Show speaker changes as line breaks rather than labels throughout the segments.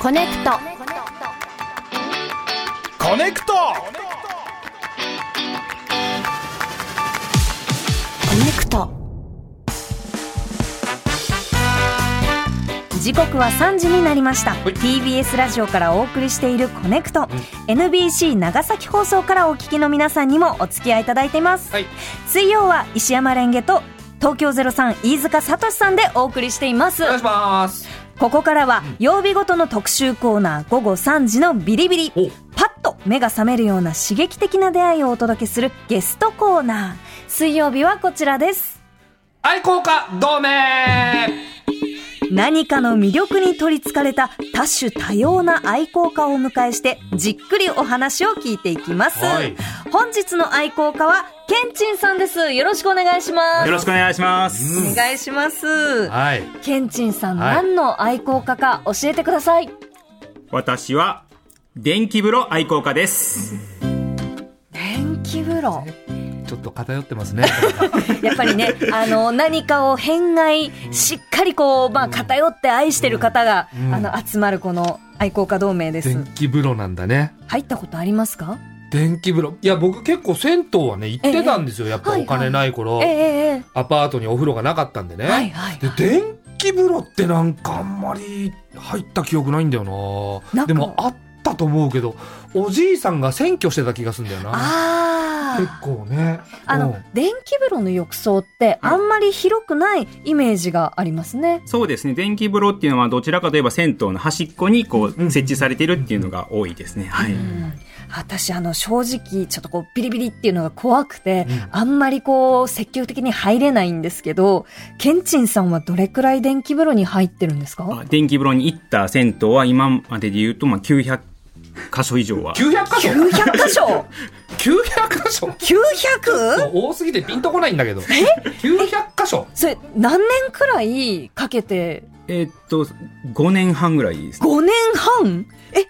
コネクト
コネクト
コネクト
時刻は3時になりました、
い
TBS ラジオからお送りしている「コネクト」NBC 長崎放送からお聞きの皆さんにもお付き合いいただいています、
はい
水曜は石山レンゲと東京03飯塚聡さんでお送りしています
お願いします
ここからは曜日ごとの特集コーナー午後3時のビリビリ
お
パッと目が覚めるような刺激的な出会いをお届けするゲストコーナー水曜日はこちらです
愛好家同盟
何かの魅力に取りつかれた多種多様な愛好家をお迎えしてじっくりお話を聞いていきます、
はい
本日の愛好家はケンチンさんですよろしくお願いします
よろしくお願いします。
お願いします
はい
ケンチンさん、
はい
何の愛好家か教えてください
私は、電気風呂愛好家です。
電気風呂
ちょっと偏ってますね
やっぱり ね、あの、何かを偏愛、しっかりこう、まあ、偏って愛してる方が、あの、集まるこの愛好家同盟 です。
電気風呂なんだね
入ったことありますか
電気風呂いや僕結構銭湯はね行ってたんですよやっぱ
はい
お金ない頃、
えええ
アパートにお風呂がなかったんでね、
えはいはい。
で電気風呂ってなんかあんまり入った記憶ないんだよな
なんか
でもあったと思うけどおじいさんが占拠してた気がするんだよな結
ああ。
構ね
あ
う
の
ん、
電気風呂の浴槽って、あんまり広くないイメージがありますね。
そうですね。電気風呂っていうのはどちらかといえば銭湯の端っこにこう設置されているっていうのが多いですね。はい。
うん私、あの、正直、ちょっとこう、ビリビリっていうのが怖くて、あんまりこう、積極的に入れないんですけど、ケンチンさんはどれくらい電気風呂に入ってるんですか
あ電気風呂に行った銭湯は今までで言うと、まあ、900箇所以上は。
900箇所
900箇 所
900箇所
900?
多すぎてピンとこないんだけど900箇所
それ何年くらいかけて
えーっと、5年半ぐらいですね。
5年半え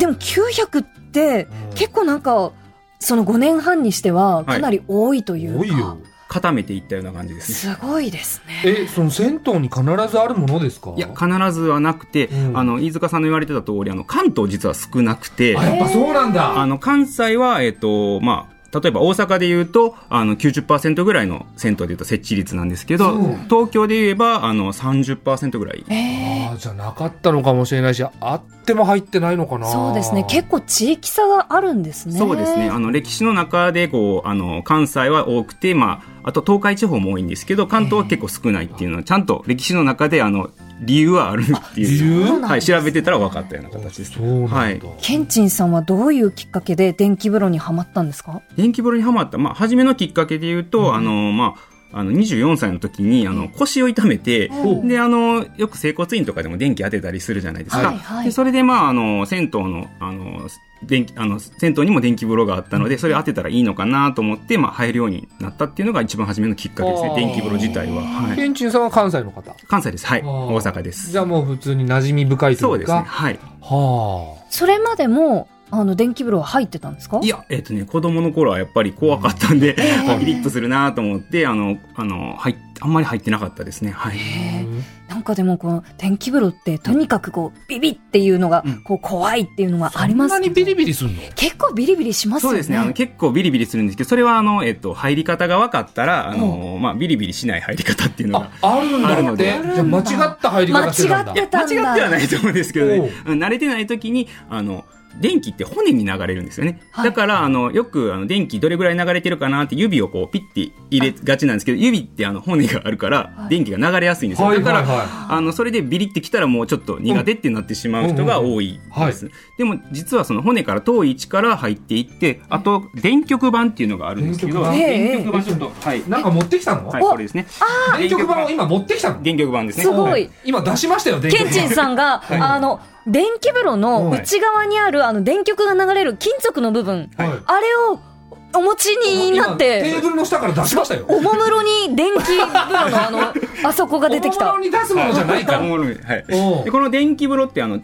でも900って
うん
結構なんかその5年半にしてはかなり多いというか、
多いよ
固めていったような感じですね。
すごいですね
えその銭湯に必ずあるものですか
いや、必ずはなくて、
うん
あの、飯塚さんの言われてた通り、あの、関東実は少なくて、
あやっぱそうなんだ
あの関西は、えっとまあ、例えば大阪で言うとあの90%ぐらいの銭湯で言うと設置率なんですけど
そう
東京で言えばあの30%ぐらい
え
あーじゃあなかったのかもしれないしあっても入ってないのか
ー
な
そうですね結構地域差があるんですね
そうですねあの歴史の中でこうあの関西は多くて、まあ、あと東海地方も多いんですけど関東は結構少ないっていうのはちゃんと歴史の中であの理由はあるって
理
いう、
由
そうなん
は
で
い、
す
調べてたら分かったような形です
そうなんだ、
ケンチンさんはどういうきっかけで電気風呂にはまったんですか
電気風呂にはまった、まあ、初めのきっかけで言うと、あのまああの24歳の時にあの腰を痛めて、
お
であのよく整骨院とかでも電気当てたりするじゃないですか、
はいはい
でそれで、まあ、あの銭湯のあの電気あの銭湯にも電気風呂があったのでそれ当てたらいいのかなと思って、まあ、入るようになったっていうのが一番初めのきっかけです
あ
ね
ー
電気風呂自体は、はい、
ケンチンさんは関西の方
関西ですはい
あー
大阪です
じゃあもう普通に馴染み深いと
そう
い
で
う
すね
か
はい
は
それまでもあの電気風呂は入ってたんですか
いやえっ、とね子供の頃はやっぱり怖かったんで、
ー
ピリッとするなと思ってあのあの入っあんまり入ってなかったですねはい
あ、
へーなんかでもこの電気風呂ってとにかくこうビビっていうのが
うん
こう怖いっていうのがあります
そんなにビリビリすんの
結構ビリビリします
そ
よ
う
ね。
ですねあの結構ビリビリするんですけどそれはあの、えっと、入り方が分かったらあの、まあ、ビリビリしない入り方っていうのが
ああるん
ある
だっ
の
て
で
じゃあ間違った入り方してたんだ
間違っ
いや間違ってはないと思うんですけどね
お
慣れてない時にあの電気って骨に流れるんですよね、
はい
だからあのよくあの電気どれぐらい流れてるかなって指をこうピッて入れがちなんですけど指ってあの骨があるから電気が流れやすいんですよ、
はい
だ
は
か
い
ら、
は
あのそれでビリってきたらもうちょっと苦手ってなってしまう人が多いです、でも実はその骨から遠い位置から入っていってあと電極板っていうのがあるんですけど
電極板
電極板ちょっとはい
い、なんか持ってきたの、
はいこれですね
電極板を今持ってきたの
電極板ですね
すごい
今出しましたよ電
ケン
極
チン
板
さんが、
い
あの、電気風呂の
はい
内側にある、あの、電極が流れる金属の部分、
はい
あれをお持ちになっ
今テー
て、
ブルの下から出しましたよ
おもむろに電気風呂のあ の、あそこが出てき
おも
た
むろ。に出すものじゃないから
はい
おう
でこの電気風呂ってあの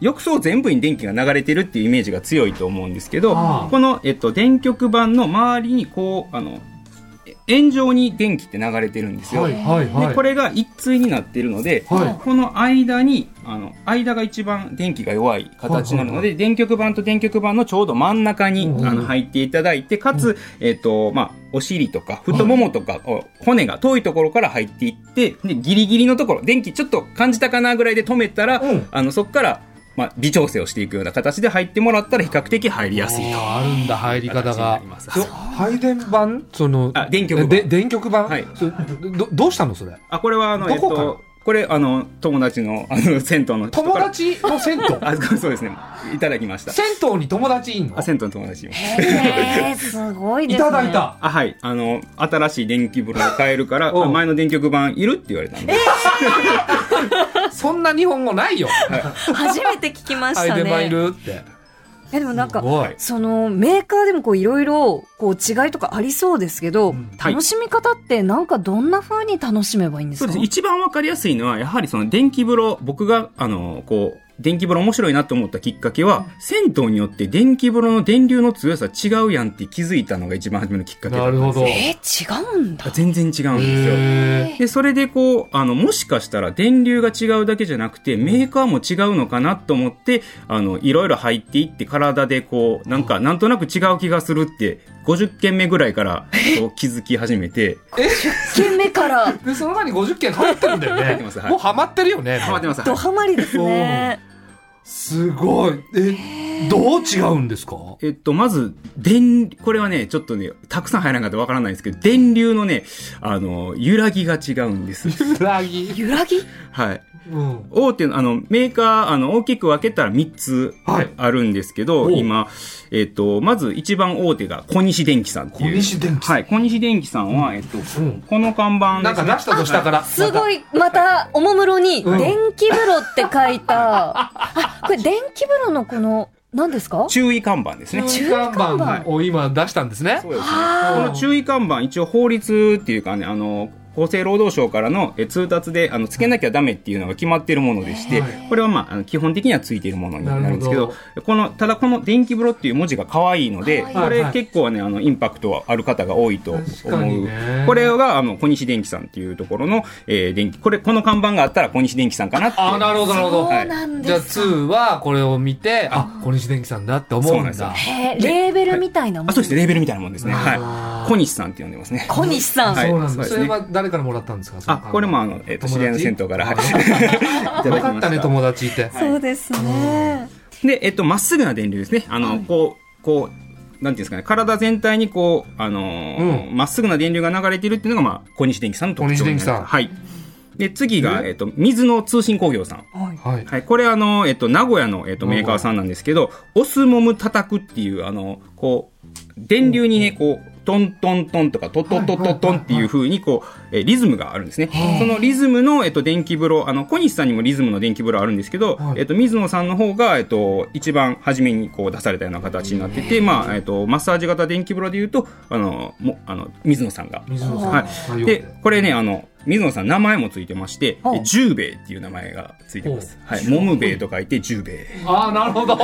浴槽全部に電気が流れてるっていうイメージが強いと思うんですけど
ああ
この、えっと、電極板の周りにこうあの円状に電気って流れてるんですよ。
はいはいはい
でこれが一対になっているので、
はい
この間にあの間が一番電気が弱い形になるので、
はいはい
電極板と電極板のちょうど真ん中に、
うん
あの入っていただいてかつ、えっ、とまあお尻とか太ももとか、お骨が遠いところから入っていってでギリギリのところ電気ちょっと感じたかなぐらいで止めたら、
うん
あのそこから、まあ、微調整をしていくような形で入ってもらったら比較的入りやすいと。
あるんだ入り方
形にな
が
ります
よ配電盤その
あ電極板
で電極板、
はい
そどどうしたのそれ
あこれはあの
どこから
えっと、これあの友達のあの銭湯の人
友
から
達の銭湯
あそうそうですねいただきまし た
銭湯に友達いんの
あ銭湯の友達います
へーすごいで
い
すね。
ただい。た
あはいあの新しい電気風呂を変えるから
おう
あ前の電極板いるって言われたんで、
そんな日本語ないよ
初めて聞きました
配電盤い
ね。
るって
えでもなん
す
か、
ごい
そのメーカーでもこういろいろこう違いとかありそうですけど、
うん
はい
楽しみ方ってなんかどんな風に楽しめばいいんです
そう
か
ですね一番わかりやすいのはやはりその電気風呂僕があのこう電気風呂面白いなと思ったきっかけは、銭湯によって電気風呂の電流の強さ違うやんって気づいたのが一番初めのきっかけだ
な
った
る
ん
ほ
です
ど
よ
えー違うんだ。
全然違うんですよ
へ
で、それでこう、あの、もしかしたら電流が違うだけじゃなくて、メーカーも違うのかなと思って、あの、いろいろ入っていって、体でこう、なんか、なんとなく違う気がするって、50件目ぐらいから、こ う、気づき始めて、
1軒目から
ーでその中に50件入ってるんだよね
入ってますはい
もうハマってるよね
ハマってます。
ド
はい
ハマりですね。
すごいえどう違うんですか
えっと、まず、電、これはね、ちょっとね、たくさん入らなかったらわからないんですけど、電流のね、あの、揺らぎが違うん です。
裏切
揺らぎ
はい。
うん
大手の、あの、メーカー、あの、大きく分けたら3つ
はい
あるんですけど、
おう
今、えっ、と、まず一番大手が小西電機さんっていう。
小西電機さん
はい、小西電機さんは、えっ、と、
うん
この看板です、ね。
なんか出したと下から
す
い
ごい、また、おもむろに、
うん
電気風呂って書いた。あ、これ電気風呂のこの、何ですか
注意看板ですね。
中間
中間
板
板
を今出したんですね
そうですね。こ
あ
の注意看板、一応法律っていうかね、あの、厚生労働省からのえ通達で、あの、つけなきゃダメっていうのが決まっているものでして、
はい
これはまああの、基本的にはついているものになるんですけ
なる
ど、この、ただこの電気風呂っていう文字が可愛いので、
可愛い
こ
はいは
れ
い
結構ね、あの、インパクトはある方が多いと思う
確かにね。
これが、あの、小西電機さんっていうところの、えー電気、これ、この看板があったら小西電機さんかなって。
あなるほどなる
あ、
ほ
そ
ど
う
はい
なん
じゃあ
ですか。
2はこれを見てあ小西電機さんだって思うん
そうな
だ
んで
へーレーベルみたいなもん。
あ、そうですね、レーベルみたいなもんですね。
あ
は
ー
い。小西さんって呼んでますね。
小西さん。
はい
そうなん
そう
だ
です
そ
ね
れは誰からもらったんですかその
あ
看板、
これもあの、えっ、と、知り合いの銭湯から、 はい。い
よか
ただきまし
ったたね友達いて
そうですね。
で、えっと、まっすぐな電流ですね。あの、こう、こう、なんていうんですかね、体全体にこう、あのー
う
まっすぐな電流が流れているっていうのが、まあ、小西電機さんの特徴
小西電
になりま
機さ
す
ん
はい。で、次が、
え
えっと、水の通信工業さん。
はい。
はい
はい、これあの、えっと、名古屋の、えっと、メーカーさんなんですけど、オスモム叩くっていう、あの、こう、電流にね、こう、トントントンとか、トトトトトンっていう風に、こう、えーリズムがあるんですね。そのリズムの、えっと、電気風呂、あの、小西さんにもリズムの電気風呂あるんですけど
は、い
えっと、水野さんの方が、えっと、一番初めにこう出されたような形になってて、まあ、えっと、マッサージ型電気風呂で言うと、あの、も、あの、水野さんが
水野
は
さん
い、でこれねあの水野さん名前もついてまして
ほう
え十兵衛っていう名前がついてます、はい、もむべと書いて十兵衛
ああなるほ ど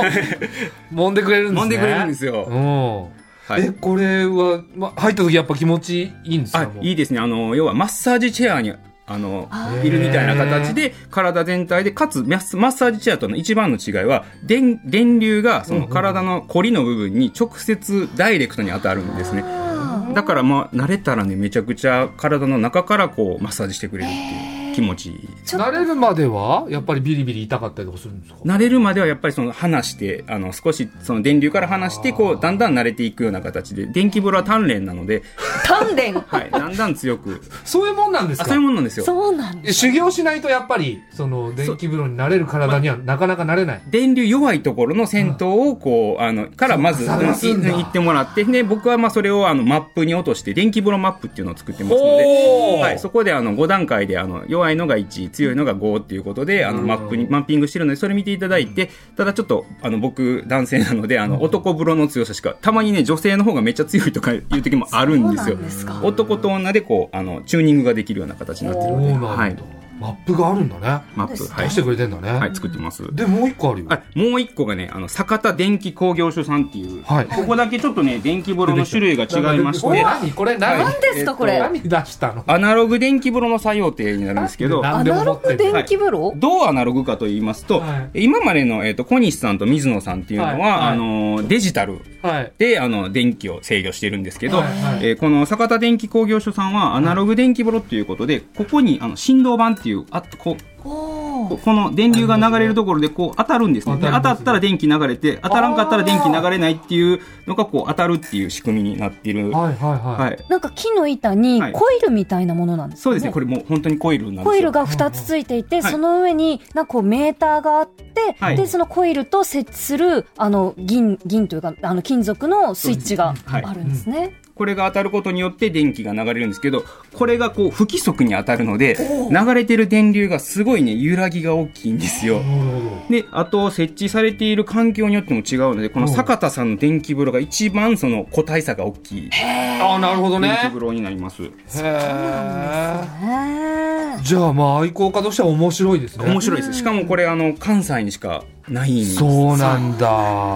揉んでくれるんですね
揉んでくれるんですよ
うん
はい
えこれは、ま、入った時やっぱ気持ちいいんですか
あ
もう
いいですねあの要はマッサージチェアにあの
あ
ー
いるみたいな形で体全体でかつマッサマッサージチェアとの一番の違いは電電流がその体のこりの部分に直接ダイレクトに当たるんですね
あ
だからまあ慣れたらねめちゃくちゃ体の中からこうマッサージしてくれるっていう気持ちいいです
ちょっ
慣れるまではやっぱりビリビリ痛かったりとかするんですか
慣れるまではやっぱりその離してあの少しその電流から離してこうだんだん慣れていくような形で電気風呂は鍛錬なので、
と鍛錬。
はい、だんだん強く
そういうもんなんです
あ
か
そういうもんなんですよ
そうなんです。
修行しないとやっぱりその電気風呂になれる体にはなかなかなれない
電流弱いところの銭湯をこうあのからまず
そう探すんだ
うんい行ってもらってで僕はまあそれをあのマップに落として電気風呂マップっていうのを作ってますの
おー
で、はい、そこであの5段階であの弱いのが1強いのが5っていうことであの
うん
マップにマッピングしてるのでそれ見ていただいてただちょっとあの僕男性なのであの男風呂の強さしかたまにね女性の方がめっちゃ強いとかいう時もあるんです
そう
よ
なんですか。
男と女でこうあのチューニングができるような形になってるの
そ
で
うなんだ
はい
マップがあるんだね
マップ、はい
出してくれてんだね、
はい、作ってます。
でもう一個あるよ
あもう一個がね、あの、酒田電気工業所さんっていう、
はい
ここだけちょっとね、電気風呂の種類が違いまし
これ
て、
何これ何
何ですかこれ
えっと何出したの
アナログ電気風呂の作用定になるんですけど、
な
ア
んでも
ナ
持
ロ
って
グ
る
電気風呂、
どうアナログかと言いますと、
は
今までの、えっと小西さんと水野さんっていうのは、
はいはい
あのデジタル
はい
であの電気を制御してるんですけど、
はいはい
えーこの酒田電気工業所さんはアナログ電気風呂っていうことでここにあの振動板っていうあこ
お
こ
ー
この電流が流れるところでこう当たるんですね
当た
で
る
当
んですね
たったら電気流れて当たらんかったら電気流れないっていうのがこう当たるっていう仕組みになっている、
はいはいはい、
はい、
なんか木の板に
はい
コイルみたいなものなんです
そ
よ
うですねこれもう本当にコイルなんですよ
コイルが2つついていて、
はい
その上になんかこうメーターがあって、
はい
でそのコイルと設置するあの銀銀というかあの金属のスイッチが
はい
あるんですね。
これが当たることによって電気が流れるんですけどこれがこう不規則に当たるので流れてる電流がすごいね揺らぎが大きいんですよ。
なるほ
であと設置されている環境によっても違うのでこの坂田さんの電気風呂が一番その個体差が大きい電
どあなるほど
気
ね
風呂になります。
へえ
へー
じゃあまあ愛好家としては面白いですね
面白いです。しかもこれあの関西にしかないんです。
そうなんだ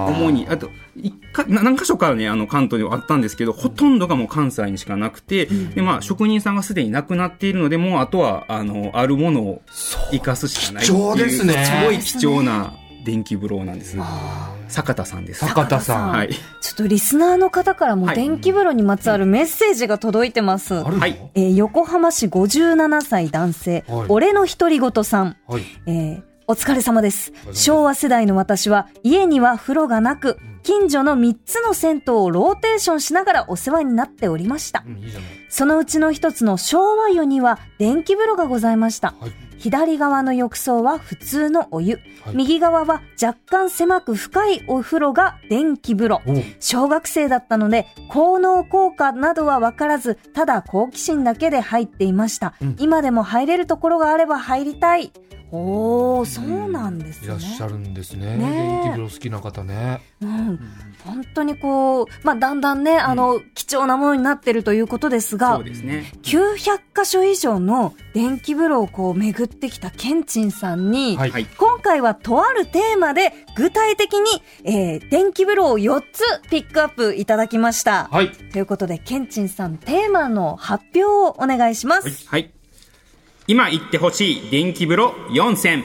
主にあと一かな何箇所かねあの関東ではあったんですけどほとんどがもう関西にしかなくて、でまあ職人さんがすでに亡くなっているのでもうあとはあのあるものを生かすしかないっていう
貴重ですね
すごい貴重な電気風呂なんです坂田さんです
坂田さん
はい
ちょっとリスナーの方からも
はい
電気風呂にまつわるメッセージが届いてます。
あるの
は
はいい、
えー横浜市57歳男性、
はい
俺の独り言さん。
はい、
えーお疲れ様です
お疲れ様。です
昭和世代の私は家には風呂がなく、近所の3つの銭湯をローテーションしながらお世話になっておりました
う。ん、いいじゃない
そのうちの一つの昭和湯には電気風呂がございました。
はい
左側の浴槽は普通のお湯、
はい
右側は若干狭く深いお風呂が電気風呂。
おう
小学生だったので、効能効果などは分からず、ただ好奇心だけで入っていました。
うん
今でも入れるところがあれば入りたい。おー、そうなんですね。
いらっしゃるんです
ね
ね
え
電気風呂好きな方ね
うん、本当にこう、まあ、だんだんね、あの、貴重なものになってるということですが、
そうですね
900箇所以上の電気風呂をこう巡ってきたケンチンさんに、
はい、
はい
今回はとあるテーマで具体的に、えー電気風呂を4つピックアップいただきました。
はい、
ということで、ケンチンさんテーマの発表をお願いします。
はい今行ってほしい電気風呂4選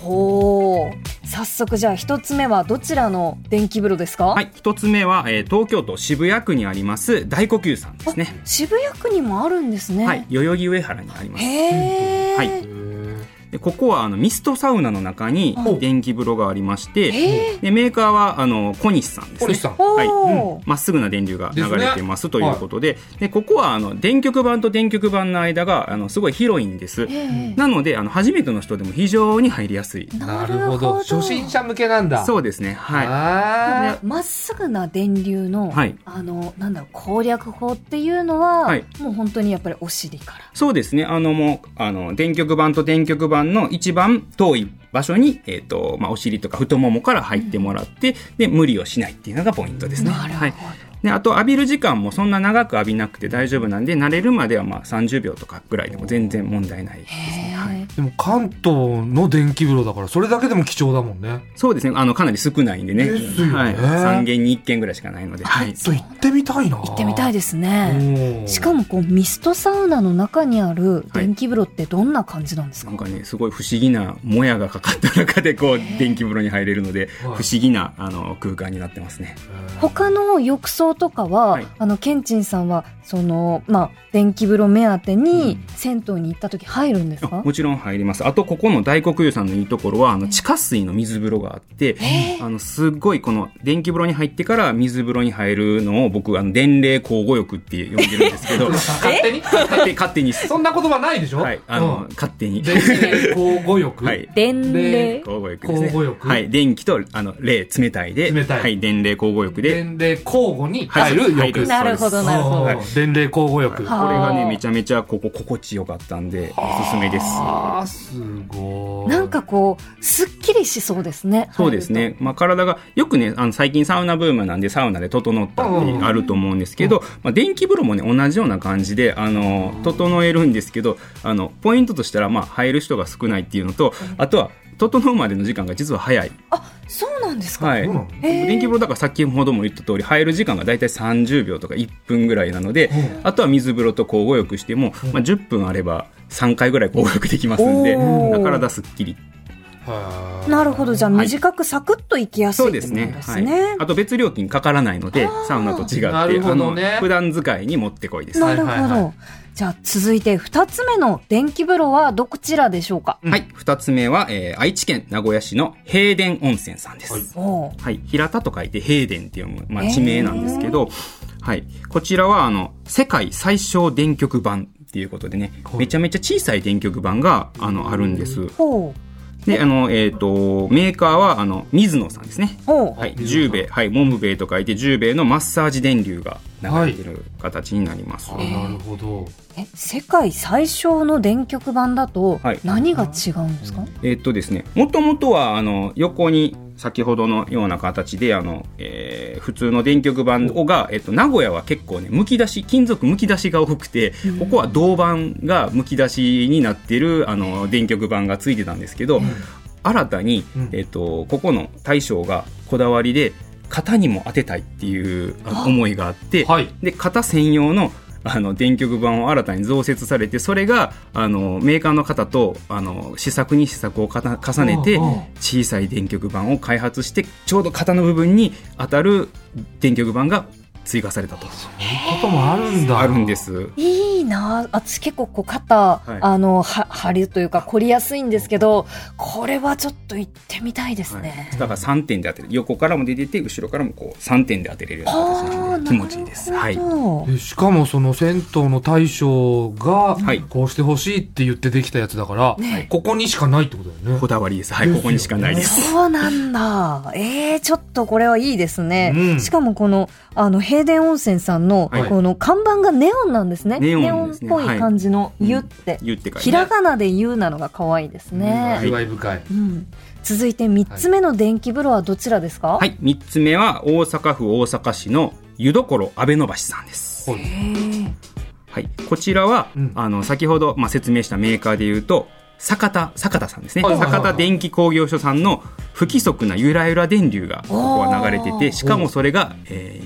ほー。早速じゃあ一つ目はどちらの電気風呂ですか
はい一つ目は、えー東京都渋谷区にあります大呼吸さんですね
渋谷区にもあるんですね。
はい代々木上原にあります
へー。
はいでここはあのミストサウナの中に
お
電気風呂がありまして
へー。
でメーカーはあの小西さんです
小
ね
西さん
おー。
はいまっすぐな電流が流れてますということででここはあの電極板と電極板の間があのすごい広いんです
へー
なのであの初めての人でも非常に入りやすい
なるほど初心者向けなんだ
そううですねは
あ
まっすぐな電流の、
はい
あのなんだろう攻略法っていうのは、
はい
もう本当にやっぱりお尻か
いそうですねあのもうあの電極板と電極板の一番遠い場所に、えーとまあ、お尻とか太ももから入ってもらって、で無理をしないっていうのがポイントです
ら。
ね。
なるほど。
はいであと浴びる時間もそんな長く浴びなくて大丈夫なんで慣れるまではまあ30秒とかぐらいでも全然問題ないですね。はい、
へー
でも関東の電気風呂だからそれだけでも貴重だもんね
そうですねあのかなり少ないんでね
ですよね
はい、3軒に1軒ぐらいしかないので、はい
ちょっと行ってみたいな
行ってみたい
で
ですね。しかもこうミストサウナの中にある電気風呂ってどんな感じなんです
な
か、
んかねすごい不思議なもやがかかった中でこう電気風呂に入れるので不
はい
思議なあの空間になってますね。
他の浴槽とかは、
はい
あのケンチンさんはそのまあ電気風呂目当てに
うん
銭湯に行った時入るんですか、
もちろん入ります。あと、ここの大黒湯さんのいいところは、あの、地下水の水風呂があって、あの、すっごいこの、電気風呂に入ってから水風呂に入るのを僕、あの、伝令交互浴って呼んでるんで すけど、
勝手に
勝手勝手 に、
そんな言葉ないでしょ
はい、あの、勝手に。
電気で交互浴
はい。
伝令
で
交互浴ですね。
交互浴
はい、電気と、あの、冷、冷たいで、
冷たい
はい、伝令交互浴で、
伝令交互に
はい
入る
入る
浴
なるほどなるほど。
はい
そう伝令交互
これ
浴
は
がね、
あー
めちゃめちゃ、ここ、心地よかったんで、おすすめです。
あーすご
なんかこう、すっきりしそうですね。
そうですね。まあ、体が、よくね、あの、最近サウナブームなんで、サウナで整ったってあると思うんですけど、まあ、電気風呂もね、同じような感じで、あの、整えるんですけど、あの、ポイントとしたら、まあ、入る人が少ないっていうのと、あとは、整うまでの時間が実は早い。
あ、そうなんですか。
はい。
そうなの
へー
電気風呂だから先ほども言った通り入る時間が大体30秒とか1分ぐらいなのであとは水風呂と交互浴しても、まあ、10分あれば3回ぐらい交互浴できますんで
おー
だからだすっきり
は
なるほど。じゃあ、
はい
短くサクッと行きやす
そ
いうって
で
こと
す
です
ね
ね
はい、。あと別料金かからないのでサウナと違って
なるほどね
あの普段使いに持ってこいです、
なる
はい
ほ
はいは
ど。じゃあ、続いて二つ目の電気風呂はどちらでしょうか
うん
はい2つ目は、えー愛知県名古屋市の平田温泉さんです、
はい
おう
はい、平田と書いて平田って読む、まあ、地名なんですけど、はい、こちらはあの世界最小電極板っていうことでね、
はい
めちゃめちゃ小さい電極板があのあるんです。
ほう。
で、あのえっ、とメーカーはあの水野さんですね。
ほ
はい、
水野さ
十
ん
兵衛、はい、モムベイと書いて十兵衛のマッサージ電流が流れてる形になります。
あなるほど
う。え、世界最小の電極板だと
はい、
何が違うんですか
えっとですね、もともとはあの横に先ほどのような形であの、えー普通の電極板をが、えっと名古屋は結構ねむき出し金属むき出しが多くて、ここは銅板がむき出しになってるあの電極板がついてたんですけど、新たに、
うん
えっとここの大将がこだわりで型にも当てたいっていうあの思いがあって、
はい
で型専用のあの電極板を新たに増設されてそれがあのメーカーの方とあの試作に試作をかた重ねて
うんうん
小さい電極板を開発してちょうど型の部分に当たる電極板が追加されたと
そういうこともあるんだ
あるんです。
いいなあ私結構こう肩、
はい
あの、は、張りというか凝りやすいんですけど、これはちょっと行ってみたいです
はい
ね。、
だから3点で当てる横からも出てて後ろからもこう3点で当てれるような形
あー
なんで気持ちいいです。
な
はい
るほど
えしかもその銭湯の大将が
はい
こうしてほしいって言ってできたやつだから、
ね
ここにしかないってことだよね
こだわりです。はい、
ですよね
ここにしかないです。
そうなんだ。ええちょっとこれはいいですね。
うん
しかもこの、あの、平田温泉さんの、
はい
この看板がネオンなんですね。
ネオンですね
ネオンっぽい感じの、
い
湯って。
言ってから、
ひらがなで言うなのが可愛いですね。
味わい深い
うん。続いて三つ目の電気風呂はどちらですか、
はい、3つ目は大阪府大阪市の湯どころ安倍伸ばしさんです。
はい
へー
はい、こちらは、
うん
あの先ほど、まあ、説明したメーカーでいうと坂田坂田さんですね、
はいはいはい
坂田電気工業所さんの不規則なゆらゆら電流がここは流れて
おー
てしかもそれが、え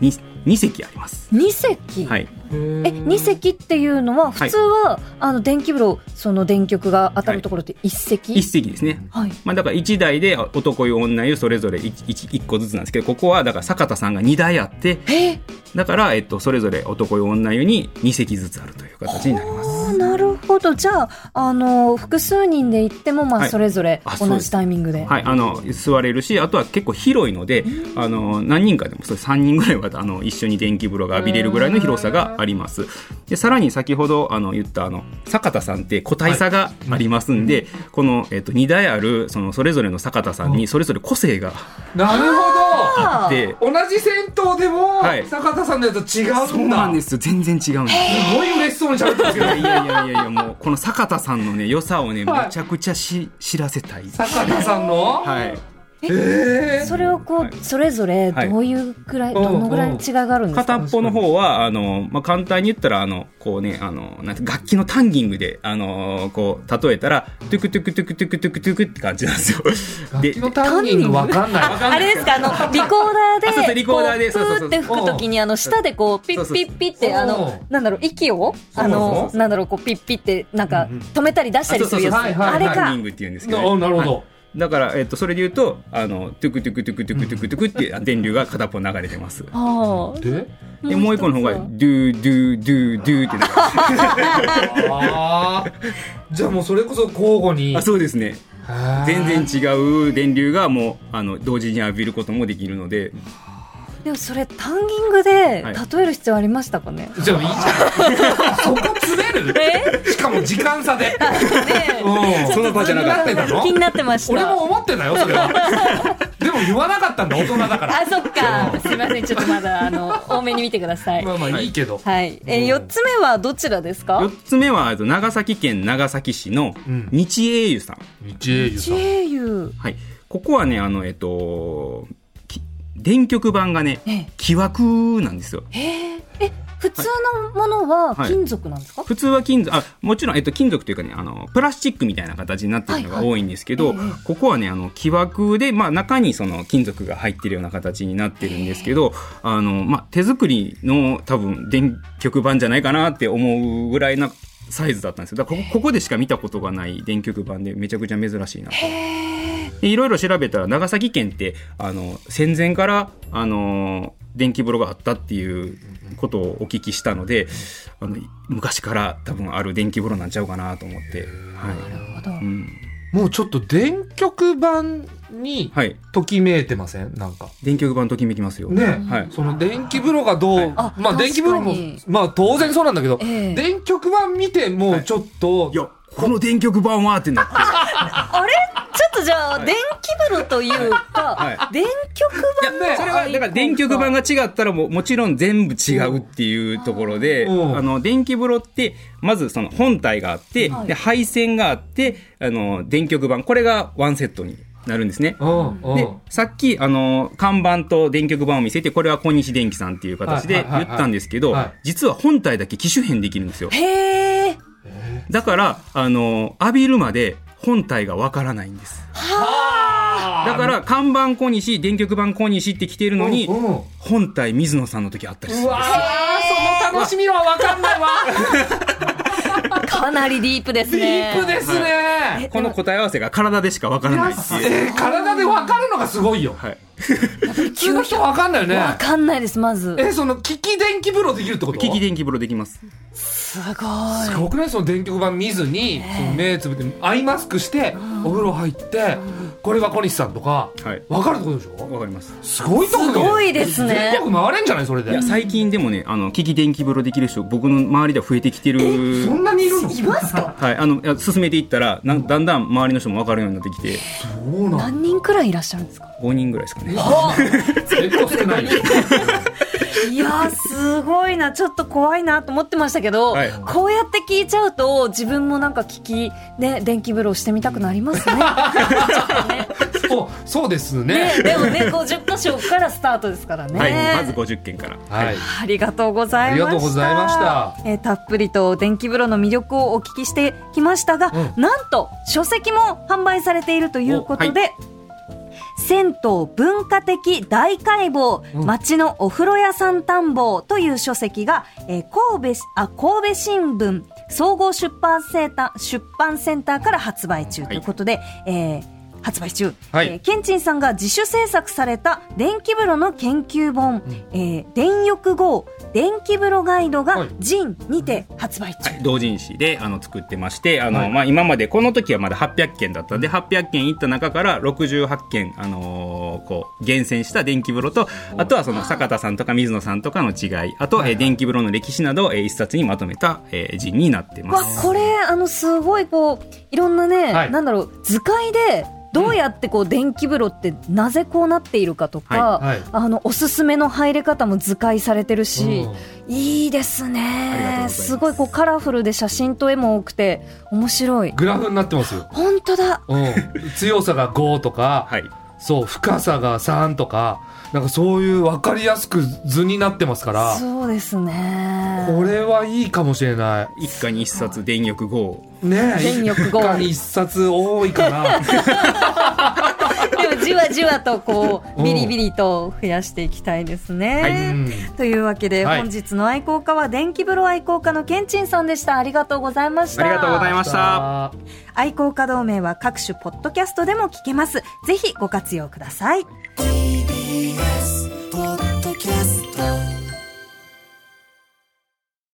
ー、2, 席あります。
二隻、
はい、
え二隻っていうのは普通は、あの電気風呂その電極が当たるところって一隻、
1席ですね。
はい
まあ、だから1台で男湯女湯それぞれ 1, 個ずつなんですけどここはだから坂田さんが2台あって
えー
だから、えっと、それぞれ男湯女湯に2席ずつあるという形になります。
あーなるほどじゃああの複数人で行っても、まあ
はい
それぞれ
あそう
同
です
じタイミングで。
はい、あの座れるしあとは結構広いので、あの何人かでもそれ3人ぐらいはあの一緒に電気風呂が浴びれるぐらいの広さがありますでさらに先ほどあの言ったあの坂田さんって個体差がありますんで、この、えっと2台あるそのそれぞれの坂田さんにそれぞれ個性が
なるほ
あー
で
ど同じ銭湯でも
はい
坂田さんのやつと違うんだ
そうなんですよ全然違うんです
すごい嬉しそうに喋ってますけ
い
ど
やいやいやいやもうこの坂田さんのね良さをねめ
はい
ちゃくちゃし知らせたい
坂田さんの
はい
え
それをこう、
はい
それぞれどういうくらい、
はい
どのぐらいの違いがあるんですか。
片っぽの方はあの、まあ、簡単に言ったらあのこうねあのなんて楽器のタンギングであのこう例えたらトゥクトゥクトゥクトゥクトゥクトゥクって感じなんですよ。
ー、楽
で
器のタンニングわかんない
あれですかあのリコーダーで
あそうそうリコーダーで
こう
そうそ
プーっ
うそう
て吹くときにあの舌でこうピ
そう
ッ
そう
ピ
そう
ッピッってあの
お
なんだろう息を
う
あ
そう
の
そう
なんだろうこうピッピッってなんか
うんうん
止めたり出したりするやつ
あそうそうそう
あれ
はいはいはい
タン
か
ギングって言うんですけどね、
あなるほど、
だから、えっと、それで言うとあのトゥクトゥクトゥクトゥクトゥクトゥクって電流が片っぽ流れてます。
あー
で
でもう一個の方が
もう一つ
ド
は
ゥドゥドゥドゥってなる
あーじゃあもうそれこそ交互に
あそうですね
へー
全然違う電流がもうあの同時に浴びることもできるので
でもそれタンギングで
はい
例える必要ありましたか ね、
じゃあいいじゃんそこ詰める
え
しかも時間差で
ね
うん
その場じゃなかった
の
気になってました
俺も思ってたよそれはでも言わなかったんだ大人だから
あそっかすいませんちょっとまだあの多めに見てください
まあまあいいけど、
はいえ
うん
4つ目はどちらですか
4つ目はえっと長崎県長崎市の
うん
日英湯さん、
日英雄さん
英雄
はい、ここはねあのえっとき電極板がね
え
木枠なんですよ
えええ普通のものは
はい
金属なんですか、
普通は金属あもちろん、えっと、金属というかねあのプラスチックみたいな形になってるのが
はいはい
多いんですけど、
ええ
ここはねあの木枠で、まあ、中にその金属が入ってるような形になってるんですけど、あのまあ、手作りの多分電極板じゃないかなって思うぐらいなサイズだったんですよだからここここでしか見たことがない電極板でめちゃくちゃ珍しいなと
へえ
でいろいろ調べたら長崎県ってあの戦前からあの電気風呂があったっていうことをお聞きしたのであの昔から多分ある電気風呂なんちゃうかなと思って、
な
は
るほど、
いうん
もうちょっと電極版に
はい、
ときめいてませんなんか
電極版ときめきますよ。
ねえ
はい、
その電気風呂がどう、
はい
あ
まあ電気風呂も
確かに
まあ当然そうなんだけど、
ええ
電極版見てもうちょっと、
いやこの電極版はってなって
あれちょっとじゃあ、電気風呂というか、
は
電極板
いやね
それはだから電極版が違ったらもうもちろん全部違うっていうところで、
うん
あの電気風呂ってまずその本体があって、
はい
で配線があってあの電極版これがワンセットになるんですね。
うんうん
でさっきあの看板と電極板を見せてこれは小西電機さんっていう形
は
で
いはいはい
言
はい
ったんですけど
はい
実は本体だけ機種変できるんですよ
へえ。
だからあの浴びるまで本体がわからないんですだから看板小西電極板小西って来てるのに
うんうん
本体水野さんの時あったりする
うわーその楽しみはわかんな いわ
かなりディープです
ディ
ね。
ープですね
この答え合わせが体でしかわからないっていう、
えー体でわかるのがすごいよ
はい、
普通の人わかんないよね
わかんないです、まず。
えその利き電気風呂できるってこと
機器電気風呂できます
すごい。
すごくないその電極板見ずに、その目つぶってアイマスクしてお風呂入って、これは小西さんとか、
はい
わかるってことでしょ
わかります
すごいとこだよ
すごいですね
全国回れんじゃないそれで
いや最近でもねあの機器電気風呂できる人僕の周りでは増えてきてる
そんなにいるの
いますか
はい、あのいや進めていったらなんだんだん周りの人も分かるようになってきて
そうなんだ
何人くらいいらっしゃるんですか
5人ぐらいですかね
結構少ないよ
いやー、すごいな。ちょっと怖いなと思ってましたけど、
はい
こうやって聞いちゃうと、自分もなんか聞き、ね、電気風呂してみたくなります ね。
そうそうですね
ね、でもね、50箇所からスタートですからね。
はい、まず50件から、
はい
ありがとうございました。
ありがとうございました
えーたっぷりと電気風呂の魅力をお聞きしてきましたが、
う
なんと書籍も販売されているということで、銭湯文化的大解剖、
うん
町のお風呂屋さん探訪という書籍が、えー神戸しあ神戸新聞総合出版センター出版センターから発売中ということで、えー発売中、
はい
えーケンチンさんが自主制作された電気風呂の研究本、えー電浴号電気風呂ガイドが
はい
ジンにて発売中、
はい同人誌であの作ってましてあの、
はい
まあ、今までこの時はまだ800件だったんで800件行った中から68件、あのーこう厳選した電気風呂とあとはその坂田さんとか水野さんとかの違いあと、えー電気風呂の歴史などを、えー一冊にまとめた、えー、人になってま
わ
す。
これあのすごいこういろんなね、
はい
なんだろう図解でどうやってこう電気風呂ってなぜこうなっているかとか、
はいはい
あのおすすめの入れ方も図解されてるし、いいです
ありがとうござい
ね
ます
すごいこうカラフルで写真と絵も多くて面白い
グラフになってますよ
本当だ
うん、強さが5とか、
はい
そう深さが3とかなんかそういう分かりやすく図になってますから
そうですね
これはいいかもしれない
一家に一冊電力号
ねえ
全欲望
一家に一冊多いか な
でもじわじわとこ
う
うんビリビリと増やしていきたいですね。
うん
というわけで、
はい
本日の愛好家は電気風呂愛好家のけんちんさんでした。ありがとうございました。
ありがとうございました。
愛好家同盟は各種ポッドキャストでも聞けます。ぜひご活用ください。
TBS